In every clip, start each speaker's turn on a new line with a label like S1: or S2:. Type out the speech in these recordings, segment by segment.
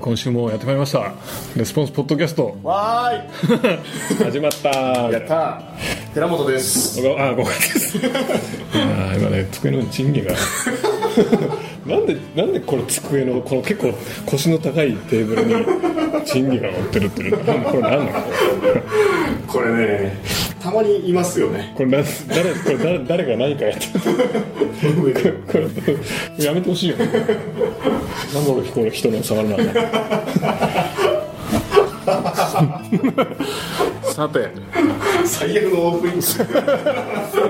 S1: 今週もやってまいりましたレスポンスポッドキャスト
S2: わーい
S1: 始まった
S2: やったー寺本です
S1: ごあごめんな さいあー今ね机の賃金がなんでなんでこれ机のこの結構腰の高いテーブルに賃金が乗ってるっていうのなんこれ何なの
S2: これねたまにいますよね
S1: これなん誰これ誰誰が何かやってる
S2: 上で
S1: これやめてほしいよねなんで俺この人の触るなんださて
S2: 最悪のオープニング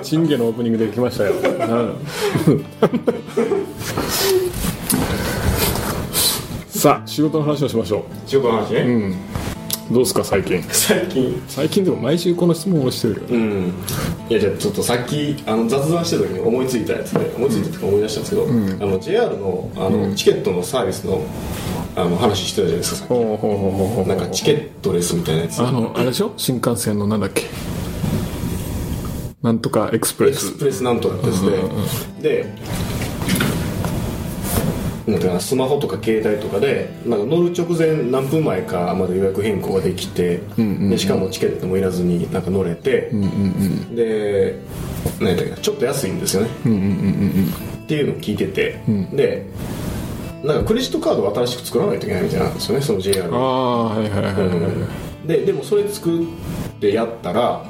S1: チンゲのオープニングできましたよ。さあ仕事の話をしましょ
S2: 仕事の話ね、
S1: う。どうですか最近？
S2: 最近
S1: 最近でも毎週この質問をしてるけど、
S2: うんいやじゃあちょっとさっきあの雑談してた時に思いついたやつで思いついたとか思い出したんですけど、あの JR のあの、チケットのサービスのあの話してたじゃないですかさっ
S1: ほうほうほうほうほう
S2: きなんかチケットレスみたいなやつ
S1: あのあれでしょ？新幹線のなんだっけ？なんとかエクスプレ
S2: エク
S1: ス
S2: ス。プレスなんとかってやつで、でなんていうかなスマホとか携帯とかでなんか乗る直前何分前かまで予約変更ができて、でしかもチケットもいらずになんか乗れて、でなんやったっけなちょっと安いんですよね、っていうのを聞いてて、でなんかクレジットカードを新しく作らないといけないみたいなんですよねその JR
S1: ああはいはいはいは
S2: ででもそれ作ってやったら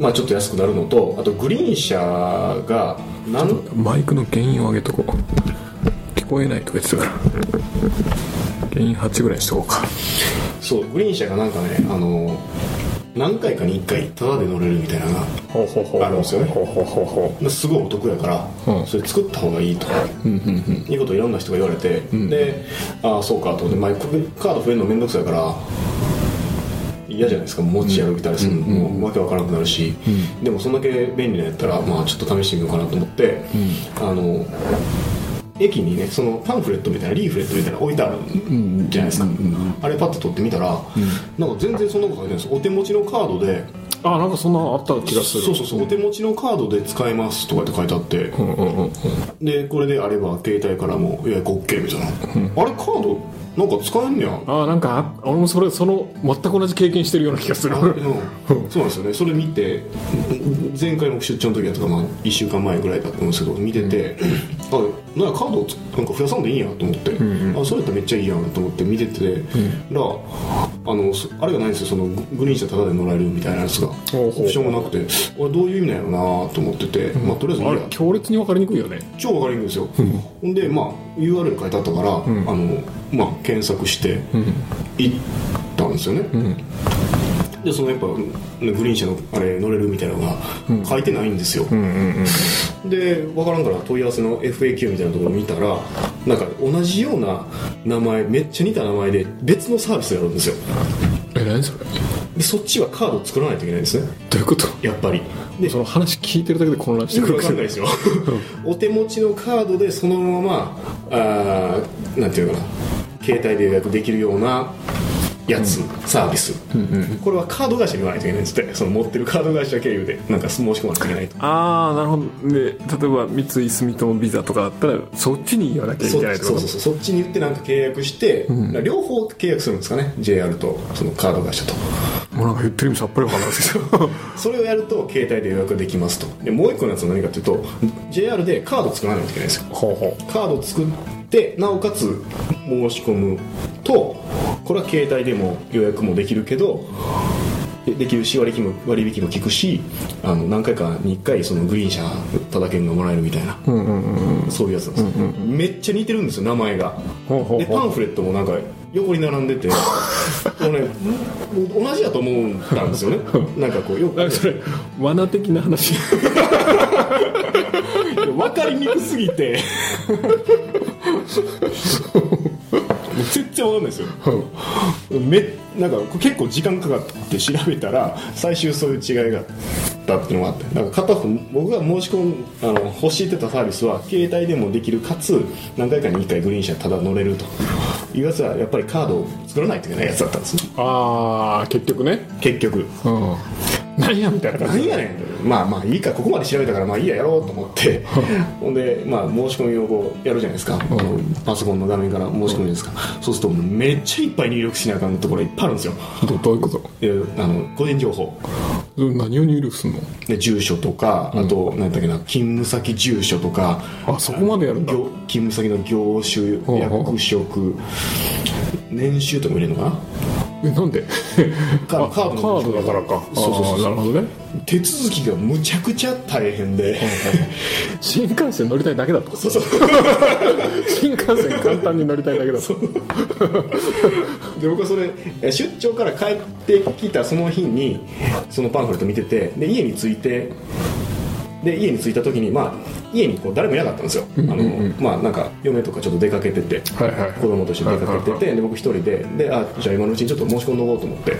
S2: まあちょっと安くなるのとあとグリーン車がなん
S1: い。マイクの原因を上げとこう。聞こえないとか言ってたから。原因8ぐらいにしとこうか。
S2: そうグリーン車がなんかねあの何回かに1回タダで乗れるみたいなのが
S1: ほうほうほう。
S2: あるんですよね
S1: ほうほうほうほ
S2: すごいお得やから、
S1: うん
S2: それ作った方がいいとか、いいこといろんな人が言われて、でああそうかと思ってマイクカード増えるの面倒くさいから嫌じゃないですか持ち歩いたりするのも、わけわからなくなるし、でもそんだけ便利なやったら、まあ、ちょっと試してみようかなと思って、あの駅にねそのパンフレットみたいなリーフレットみたいなの置いてあるじゃないですか、あれパッと取ってみたら、なんか全然そんなこと書いてないですお手持ちのカードで
S1: う。あなんかそんなのあった気がする。
S2: そうそうそうお手持ちのカードで使えますとかって書いてあって、
S1: うんうんうんうん。
S2: でこれであれば携帯からも予約 OK みたいな、あれカードなんか使えんねや
S1: ああなんかあ俺もそれその全く同じ経験してるような気がする
S2: あうん そうなんですよねそれ見て前回の出張の時やとか、まあ、1週間前ぐらいだと思うんですけど見てて、あなんかカードをつなんか増やさんでいいんやと思って、あそれやったらめっちゃいいやんと思って見てて、らあのそあれがないんですよそのググリーン車タダで乗られるみたいなやつが
S1: ほうほう
S2: オプションがなくて俺どういう意味なんやろなと思ってて、まあ、とりあえずいい
S1: あ
S2: や
S1: れ強烈に分かりにくいよね
S2: 超わかりにくいんですよ、ほんで、まあ、URL 書いてあったから、あのまあ、検索して行ったんですよね、でそのやっぱねグリーン車のあれ乗れるみたいなのが書いてないんですよ、で分からんから問い合わせの FAQ みたいなところ見たらなんか同じような名前めっちゃ似た名前で別のサービスがあるんですよ
S1: え何それど
S2: でそっちはカード作らないといけないんですね
S1: ういうこと
S2: やっぱりで
S1: その話聞いてるだけで混乱して
S2: よ
S1: くる
S2: くわかんないですよお手持ちのカードでそのままあーなんていうのかな携帯で予約できるようなやつ、サービス、これはカード会社に言わないといけないんですってその持ってるカード会社経由でなんか申し込まないといけないと
S1: ああなるほどで例えば三井住友ビザとかだったらそっちに言わなきゃい
S2: そ
S1: け
S2: う
S1: ないってこ
S2: そ
S1: と
S2: うそうそうそっちに言ってなんか契約して、両方契約するんですかね JR とそのカード会社と
S1: もうなんか言ってる意味さっぱり分かんないですけど
S2: それをやると携帯で予約できますとでもう一個のやつは何かというと JR でカード作らないといけないんですよ
S1: ほうほ
S2: カードを作ってなおかつ申し込むとこれは携帯でも予約もできるけどでできるし割引も割引も効くしあの何回かに1回そのグリーン車ただ券がもらえるみたいな、そういうやつなんです、めっちゃ似てるんですよ名前が
S1: ほうほう
S2: でパンフレットもなんか横に並んで てもうね同じやと思ったんですよね なんかこうよく
S1: うそれ罠的な話
S2: 分かりにくすぎてもう全然わかんないですよめなんかこれ結構時間かかって調べたら最終そういう違いがあったっていうのがあってなんか片方僕が申し込んあの欲しいってたサービスは携帯でもできるかつ何回かに1回グリーン車ただ乗れるというやつはやっぱりカードを作らないといけないやつだったんですね
S1: ああ結局ね
S2: 結局
S1: うんなんやみたいな感
S2: 何
S1: じ
S2: やねんまあまあいいかここまで調べたからまあいいややろうと思って ほんでまあ申し込みをこうやるじゃないですか、パソコンの画面から申し込みですか、そうするともうめっちゃいっぱい入力しなあかんところいっぱいあるんですよ
S1: どどういうこと
S2: いやあの個人情報
S1: 何を入力するの
S2: で住所とかあと何だっけな勤務先住所とか
S1: あそこまでやるんだ
S2: 業勤務先の業種
S1: ほうほう
S2: 役職年収とかも入れるのかな
S1: えなんで
S2: カ
S1: あ
S2: カード の
S1: カードだからか
S2: そうそうそ
S1: あ
S2: う
S1: ーなるほどね
S2: 手続きがむちゃくちゃ大変で
S1: 新幹線乗りたいだけだと
S2: そうそう
S1: 新幹線簡単に乗りたいだけだと
S2: で僕はそれえ出張から帰ってきたその日にそのパンフレット見ててで家に着いてで家に着いた時にまあ家にこう誰もいなかったんですよあのまあなんか嫁とかちょっと出かけてて
S1: はいはい
S2: 子供と一緒に出かけててで僕一人でであじゃあ今のうちにちょっと申し込んどこうと思って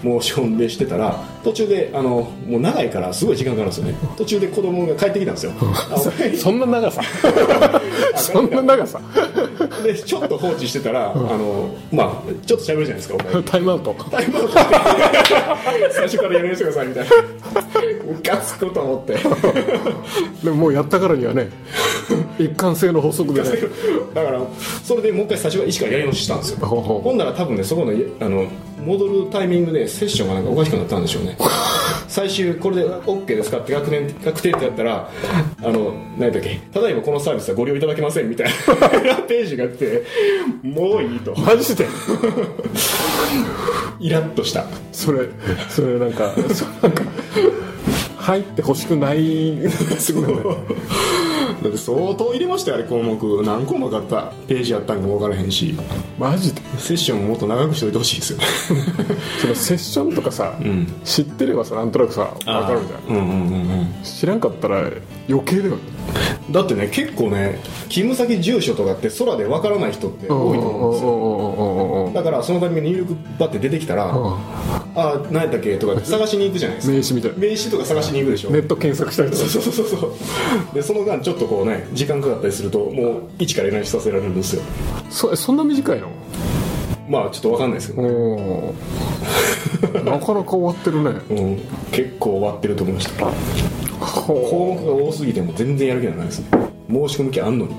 S2: 申し込んでしてたら途中であのもう長いからすごい時間かかるんですよね途中で子供が帰ってきたんですよあお前
S1: そんな長さ そんな長さ
S2: でちょっと放置してたらあのまあちょっと喋るじゃないですかお前
S1: タイムアウト
S2: 最初からやりましてくださいみたいなムカつくと思って
S1: でももうやったからにはね一貫性の法則でね
S2: だからそれでもう一回最初は一からやり直ししたんですよ
S1: ほうほう
S2: ほんなら多分ねそこのあの戻るタイミングでセッションがなんかおかしくなったんでしょうね最終これで OK ですかって学年確定ってやったらあの何だっけただいまこのサービスはご利用いただけませんみたいな ページが来てもういいと
S1: マジで
S2: イラッとした
S1: それそれなんかそれなんか入ってほしくないすごいね
S2: だって相当入れましたよあれ項目何項目あったページあったんか分からへんし
S1: マジで
S2: セッションももっと長くしておいてほしいですよ
S1: そのセッションとかさ、知ってればさなんとなくさ分かるじゃん
S2: うんうんうんうん
S1: 知らんかったら余計だよね
S2: だってね結構ね勤務先住所とかって空でわからない人って多いと思うんですよ
S1: うん
S2: だからそのために入力バッて出てきたら「ああ何やったっけ?」とか探しに行くじゃないですか
S1: 名刺みたいな
S2: 名刺とか探しに行くでしょ
S1: ネット検索したりとか
S2: そうそうそうそうでその間ちょっとこうね時間かかったりするともう一からやり直しさせられるんですよ
S1: そそんな短いの
S2: まあちょっとわかんないですけど、
S1: おー なかなか終わってるね
S2: うん、結構終わってると思いました項目が多すぎても全然やる気がないですね申し込む気あんのに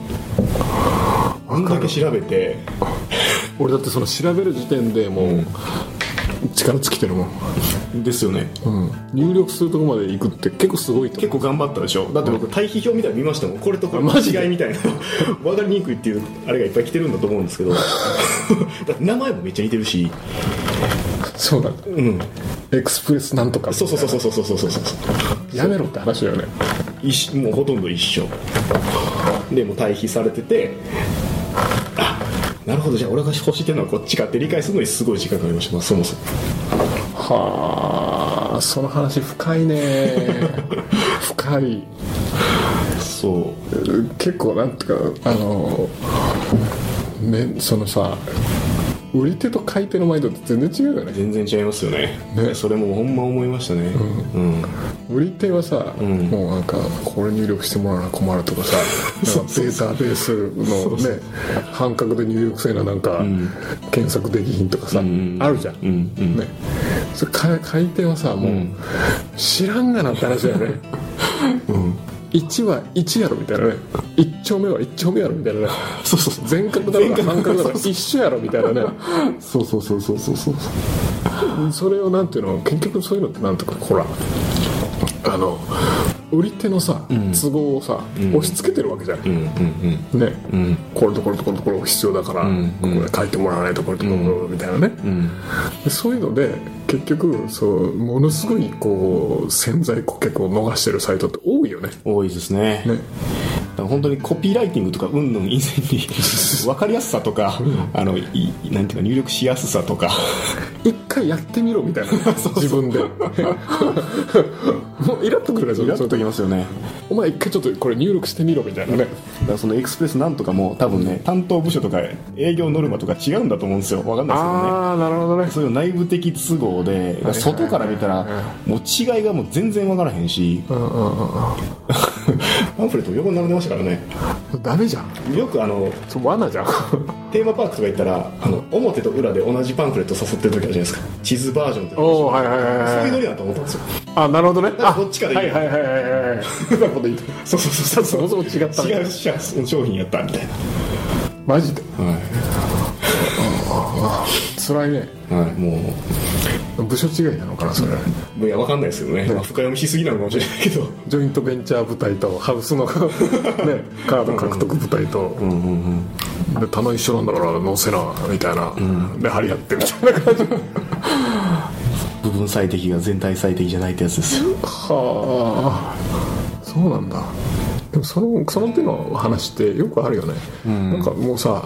S2: あんだけ調べて
S1: 俺だってその調べる時点でもう力尽きてるもん、
S2: ですよね
S1: うん、入力するとこまで行くって結構すごいと
S2: 結
S1: 思う
S2: 構頑張ったでしょだって僕対比表みたいなの見ましたもんこれとこれ
S1: あマジで
S2: の違いみたいな 分かりにくいっていうあれがいっぱい来てるんだと思うんです けどだって名前もめっちゃ似てるし
S1: そうなんだ
S2: うん
S1: エクスプレスなんとか
S2: そうそうそうそうそうそうそうそう
S1: やめろって話だよね
S2: 一緒もうほとんど一緒でもう対比されててあなるほどじゃあ俺が欲してるのはこっちかって理解するのにすごい時間かかりました、まあ、そもそも
S1: はあその話深い ね深い
S2: そう
S1: 結構なんていうかあのねそのさ売り手と買い手のマインドって全然違うよね
S2: 全然違いますよね
S1: ね
S2: それもほんま思いましたねうん、
S1: 売り手はさ、もうなんかこれ入力してもらうのは困るとか さなんかデータベースのね半角で入力せななんか検索できひんとかさ、あるじゃん、ね、それ買い買い手はさもう、知らんがなって話だよね、1は1やろみたいなね1丁目は1丁目やろみたいなね
S2: そうそうそう
S1: 全角だろうが半角だろうが一緒やろみたいなね
S2: そうそうそうそうそうそう
S1: それをなんていうの結局そういうのってなんとかほらあの売り手のさ、都合をさ、押し付けてるわけじゃん、
S2: うんうん
S1: ね、これとこれとこれとこれが必要だから、ここで書いてもらわないとこれとこれとこれみたいなね、でそういうので結局そうものすごいこう潜在顧客を逃してるサイトって多いよね
S2: 多いですね
S1: ね
S2: だから本当にコピーライティングとかうんぬん以前 に分かりやすさとかあのいなんていうか入力しやすさとか
S1: 一回やってみろみたい なね、自分でもうイラっとくるねそれその時
S2: ますよね
S1: お前一回ちょっとこれ入力してみろみたいなね
S2: だからそのエクスプレスなんとかも多分ね担当部署とか営業ノルマとか違うんだと思うんですよ分かんないですけどね
S1: ああなるほどね
S2: そういう内部的都合でだから外から見たらもう違いがもう全然分からへんし
S1: うんうんうん
S2: パンフレット横に並んでましたからね
S1: ダメじゃん
S2: よくあの
S1: そう罠じゃん
S2: テーマパークとか行ったらあの表と裏で同じパンフレット誘ってる時あるじゃないですか地図バージョンっていうの
S1: おおはいはいはい
S2: そういうノ
S1: はい
S2: リだと思ったんですよ
S1: あなるほどね
S2: からこっちから
S1: あはいい
S2: い
S1: はいはいはいはいはいなこと言った
S2: そうそうそう
S1: そもそも違った
S2: 違う商品やったみたいな
S1: マジで
S2: は
S1: 辛いね
S2: い、はい、も
S1: 部署違いなのかなそれ
S2: ういやわかんないですけどね、まあ、深読みしすぎなのかもしれないけど
S1: ジョイントベンチャー部隊とハウス のねカード獲得部隊とで棚一緒なんだから乗せなみたいなで張り合ってみたいな感じ
S2: 部分最適が全体最適じゃないってやつです
S1: はあそうなんだでもそのその手の話ってよくあるよね、なんかもうさ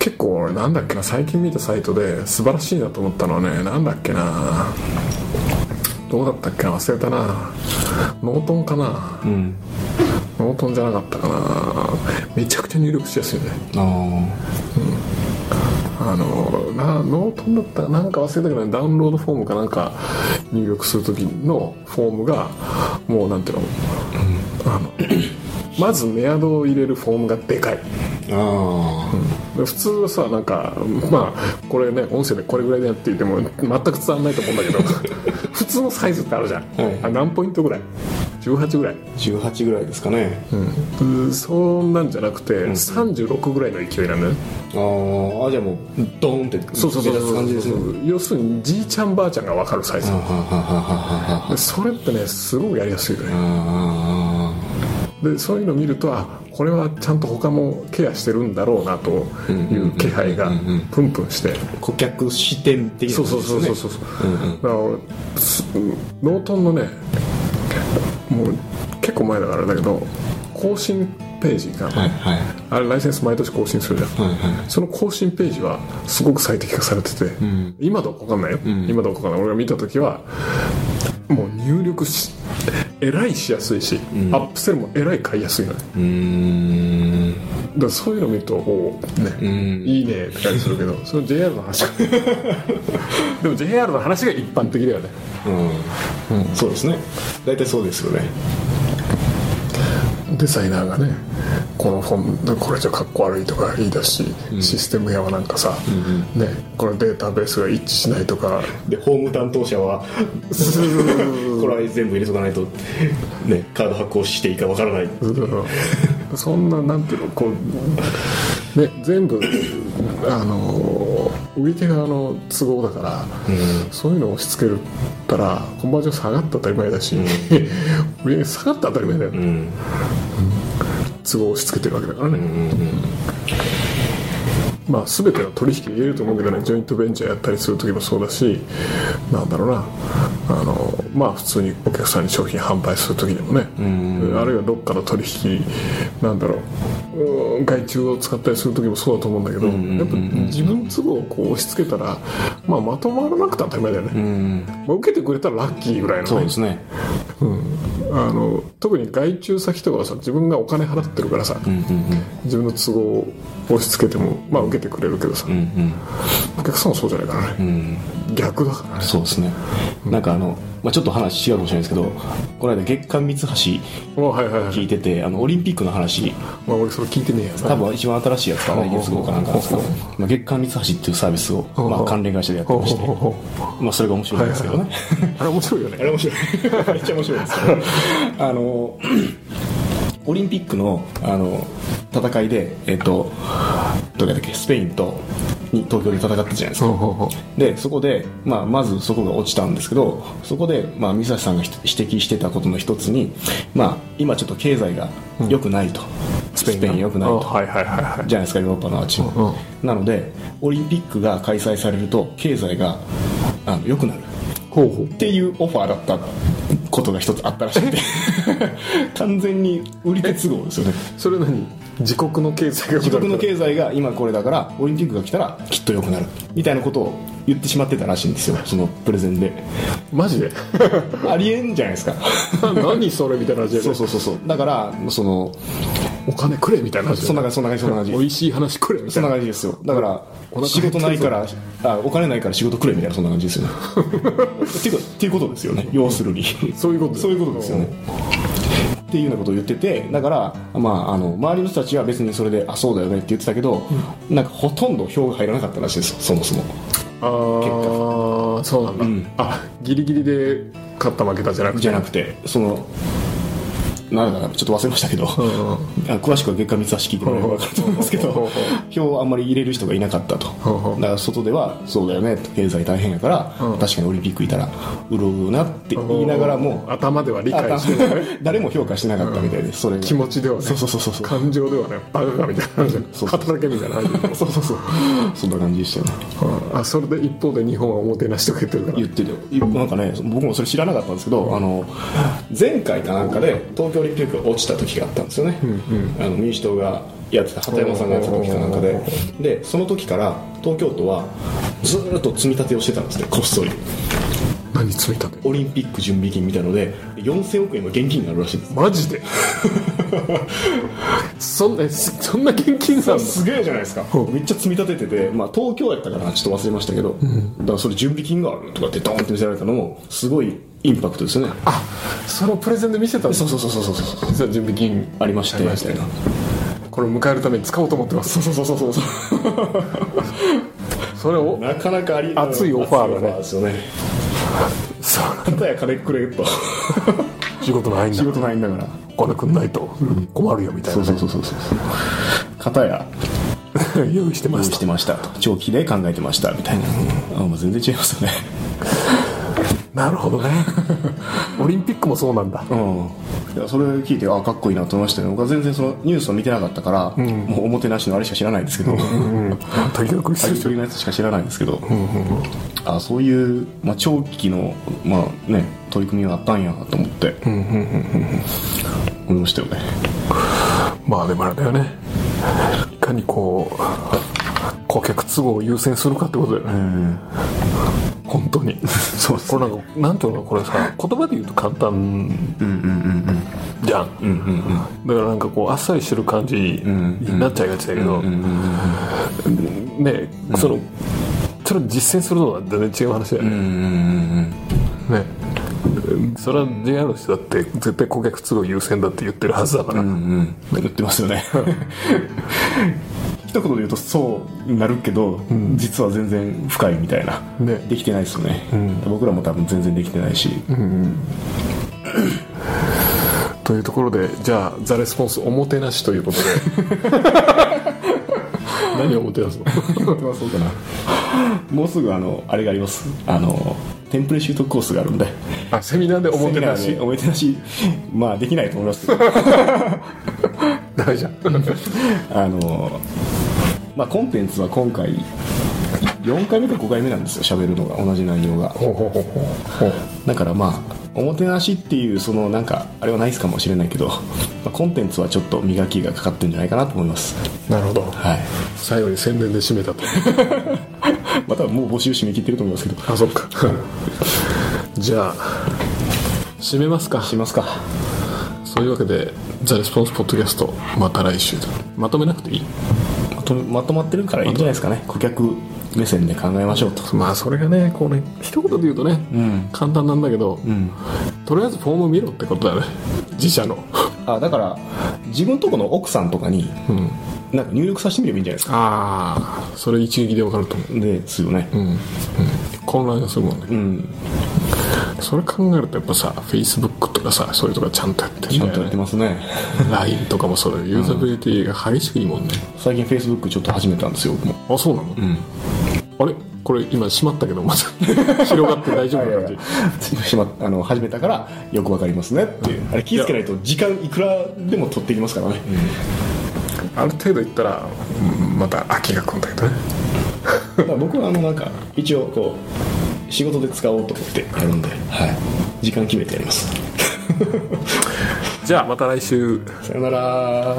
S1: 結構俺なんだっけな最近見たサイトで素晴らしいなと思ったのはねなんだっけなどうだったっけな忘れたなノートンかな、ノートンじゃなかったかなめちゃくちゃ入力しやすいよね
S2: あ
S1: あのなノートンだったらなんか忘れたけどねダウンロードフォームかなんか入力する時のフォームがもうなんていうの,、あのまずメアドを入れるフォームがでかい
S2: ああ
S1: で普通はさなんかまあこれね音声でこれぐらいでやっていても全く伝わらないと思うんだ けど普通のサイズってあるじゃん、
S2: はい
S1: あ何ポイントぐらい18ぐらい
S2: 18ぐらいですかね、
S1: うんそんなんじゃなくて、36ぐらいの勢いなんだよね
S2: あーあじゃあもうドーンって
S1: そうそうそう
S2: 出た
S1: そう
S2: 感じですね
S1: 要するにじいちゃんばあちゃんが分かるサイズ
S2: はははははは
S1: でそれってねすごくやりやすいよね
S2: あ
S1: でそういうのを見るとあこれはちゃんと他もケアしてるんだろうなという気配がプンプンして
S2: ー顧客視点的な
S1: そう
S2: 感じ
S1: そ
S2: で
S1: う
S2: す
S1: そ
S2: ね
S1: うそうそうだから俺すノートンのねもう結構前だからだけど更新ページが、
S2: はいはい
S1: あれライセンス毎年更新するじゃん、
S2: はいは
S1: その更新ページはすごく最適化されてて、今どうか分かんないよ、今どうか分かんない俺が見た時はもう入力しえらいしやすいし、アップセルもえらい買いやすいのよだ
S2: うーん
S1: からそういうの見るとおおね、いいねって感じするけどその JR の 話でも JR の話が一般的だよね
S2: うん、そうですね大体そうですよね
S1: デザイナーがねこのフォンこれじゃかっこ悪いとか言い出し、システムやはなんかさ、ね、このデータベースが一致しないと か
S2: で法務担当者はこれは全部入れとかないとねカード発行していいかわからない
S1: うんそんななんていうのこうね全部あの売り手側の都合だから、そういうのを押し付けたらコンバージョン下がった当たり前だし、 売り上げ下がった当たり前だよ、ね都合を押し付けてるわけだからね、まあ、全ての取引で言えると思うけどねジョイントベンチャーやったりする時もそうだしなんだろうなあのまあ普通にお客さんに商品販売する時でもねあるいはどっかの取引なんだろううん外注を使ったりする時もそうだと思うんだけどやっぱ自分都合をこう押し付けたら、まあ、まとまらなくて当たり前だよね、まあ、受けてくれたらラッキーぐらいのね
S2: すね
S1: あの特に外注先とかはさ自分がお金払ってるからさ、自分の都合を押し付けてもまあ受けてくれるけどさ、お客さんもそうじゃないからね、逆だからね
S2: そうですねなんかあの、まあ、ちょっと話違うかもしれないですけどこの間月刊三橋
S1: あはいはいはい、
S2: 聞いててあのオリンピックの話
S1: まあ、俺それ聞いてねえや
S2: 多分一番新しいやつか来月号かなんかなんですけどまあ月刊三橋っていうサービスを、まあ、関連会社でやってまして
S1: ほうほう
S2: まあそれが面白いんですけどね
S1: あれ面白いよ
S2: あ
S1: ね
S2: れ面白いめっちゃ面白いですけどあのオリンピックのあの戦いでえっ、とどれだっけスペインとに東京で戦ったじゃないですか
S1: ほうほうほう
S2: でそこで、まあ、まずそこが落ちたんですけどそこで、まあ、三橋さんがひ指摘してたことの一つに、まあ、今ちょっと経済が良くないと、 スペイン良くない
S1: あ
S2: と
S1: はいはいはいはい
S2: じゃないですかヨーロッパのあっちも、
S1: うんうん
S2: なのでオリンピックが開催されると経済があの良くなる
S1: ほうほう
S2: っていうオファーだったことが一つあったら しくて完全に売り手都合ですよね
S1: それ何自国の経済が
S2: 自国の経済が今これだからオリンピックが来たらきっと良くなるみたいなことを言ってしまってたらしいんですよそのプレゼンで
S1: マジ で
S2: ありえんじゃないですか
S1: 何それみたいな話で
S2: そうそうそうそうだからその
S1: お金くれみたいな話
S2: そんな感じそんな感じそんな感じ
S1: 美味しい話くれみ
S2: そ
S1: たい
S2: んな
S1: な
S2: 感じですよだか
S1: お腹減って
S2: ら仕
S1: るぞ
S2: 事ないからあお金ないから仕事くれみたいなそんな感じ ですよねっていうかっていうことですよね要するに
S1: そういうことだよ
S2: そういうことですよねっていうようなことを言っててだから、まあ、あの周りの人たちは別にそれであそうだよねって言ってたけど、なんかほとんど票が入らなかったらしいですそもそも
S1: ああそうなんだ、
S2: ん
S1: あギリギリで勝った負けたじゃなくて
S2: じゃなくてそのなんだかなちょっと忘れましたけど、
S1: ん
S2: あ詳しくは月刊三橋聞いてもらえば分かると思うんですけ
S1: ほうほう
S2: ど
S1: ほ
S2: 票をあんまり入れる人がいなかったと
S1: うほう
S2: だから外ではそうだよね経済大変やから、
S1: うん
S2: 確かにオリンピックいたら潤うなって言いながらも
S1: 頭では理
S2: あ
S1: 解してない
S2: 誰も評価してなかったみたいで、それが
S1: 気持ちではね
S2: そうそうそうそうそう
S1: 感情ではねバカかみたいな感じで
S2: そう
S1: 肩だけみたいな感じで
S2: そうそうそう そんな感じでしたよね
S1: あそれで一方で日本はおもてなしとか言ってるから
S2: 言ってるよなんかね僕もそれ知らなかったんですけど、あの前回かなんかで東京オリンピックが落ちた時があったんですよね、あの民主党がやってた鳩山さんがやってた時かなんかででその時から東京都はずーっと積み立てをしてたんですねこっそり
S1: 何積み立て
S2: オリンピック準備金みたいので4000億円の現金になるらしいです
S1: マジでそんなそんな現金なんだ
S2: すげえじゃないですかめっちゃ積み立ててて、まあ、東京やったからちょっと忘れましたけど、だからそれ準備金があるとかってドーンって見せられたのもすごいインパクトですよね
S1: あそれをプレゼンで見せたんだ
S2: そうそうそうそうそうそう
S1: 実は準備金
S2: ありまして
S1: ありましてこれを迎えるために使おうと思ってます
S2: そうそうそうそうそう
S1: それを
S2: なかなかあり
S1: 熱いオファーがね
S2: 熱いオファーですよね
S1: そう
S2: ただや金くれと
S1: 仕事ないんだ
S2: 仕事ないんだから
S1: お金くんないと困るよみたいな
S2: そうそうそうそう片や
S1: 用意して
S2: 用
S1: ま
S2: 意
S1: し
S2: したてましたと長期で考えてましたみたいなあもう全然違いますよね
S1: なるほどねオリンピックもそうなんだ
S2: うんいやそれ聞いてあかっこいいなと思いましたね僕は全然そのニュースを見てなかったから、もうおもてなしのあれしか知らないんですけど
S1: とにかく
S2: 一人のやつしか知らないんですけど、あそういう、まあ、長期の、まあね、取り組みがあったんやと思って、思いましたよね
S1: まあでもあれだよねいかにこう顧客都合を優先するかってことだよね、本当にそうこれなんかなんていうのこれさ言葉で言うと簡単じゃん,、だからなんかこうあっさりしてる感じになっちゃいがちだけど、ねそのそれを実践するのは全然違う話だよね、ねそれは JR の人だって絶対顧客都合優先だって言ってるはずだから、
S2: 言ってますよね一言で言うとそうなるけど、実は全然深いみたいな、
S1: ね
S2: できてないですよね、僕らも多分全然できてないし、
S1: というところでじゃあザ・レスポンスおもてなしということで 何をおもてなすの
S2: まあそうかなもうすぐあのあれがありますあのテンプレ習得コースがあるんで
S1: あセミナーでおもてな
S2: セミ
S1: し
S2: ナーねおもてなしまあできないと思いますけど
S1: ダメじゃん
S2: あのまあコンテンツは今回4回目か5回目なんですよ喋るのが同じ内容が
S1: ほうほうほうほうほ
S2: だからまあおもてなしっていうそのなんかあれはないっすかもしれないけど、 まあ、コンテンツはちょっと磨きがかかってるんじゃないかなと思います
S1: うなるほど
S2: はい
S1: 最後に宣伝で締めたと
S2: まあ多分もう募集締め切ってると思いますけど
S1: あそっか じゃあ締めますか
S2: しますか
S1: そういうわけでザ・レスポンスポッドキャストまた来週まとめなくていい
S2: まとまとまってるからいいんじゃないですかね顧客目線で考えましょうと
S1: まあそれがねこうね一言で言うとね、簡単なんだけど、とりあえずフォーム見ろってことだね自社の
S2: あだから自分とこの奥さんとかに、なんか入力させてみればいいんじゃないですか
S1: ああそれ一撃でわかると思う
S2: ですよね、
S1: 混乱するもんね、
S2: ん
S1: それ考えるとやっぱさ Facebook とかさそういうとかちゃんとやってん
S2: ちゃん
S1: だ
S2: と
S1: よ
S2: やっ
S1: ね
S2: てますね
S1: LINE とかもそれユーザビリティが激しくいいもんね、
S2: 最近 Facebook ちょっと始めたんですよ僕も
S1: あそうなの、あれこれ今閉まったけどま だ広がって大丈夫な感じ
S2: しまあの始めたからよくわかりますねっていうあれ気ぃつけないと時間いくらでも取っていきますからね、
S1: ある程度いったらうんまた秋が来んだけどね
S2: だから僕はあのなんか一応こう仕事で使おうと思ってやるんで、はい、時間決めてやります
S1: じゃあまた来週
S2: さよなら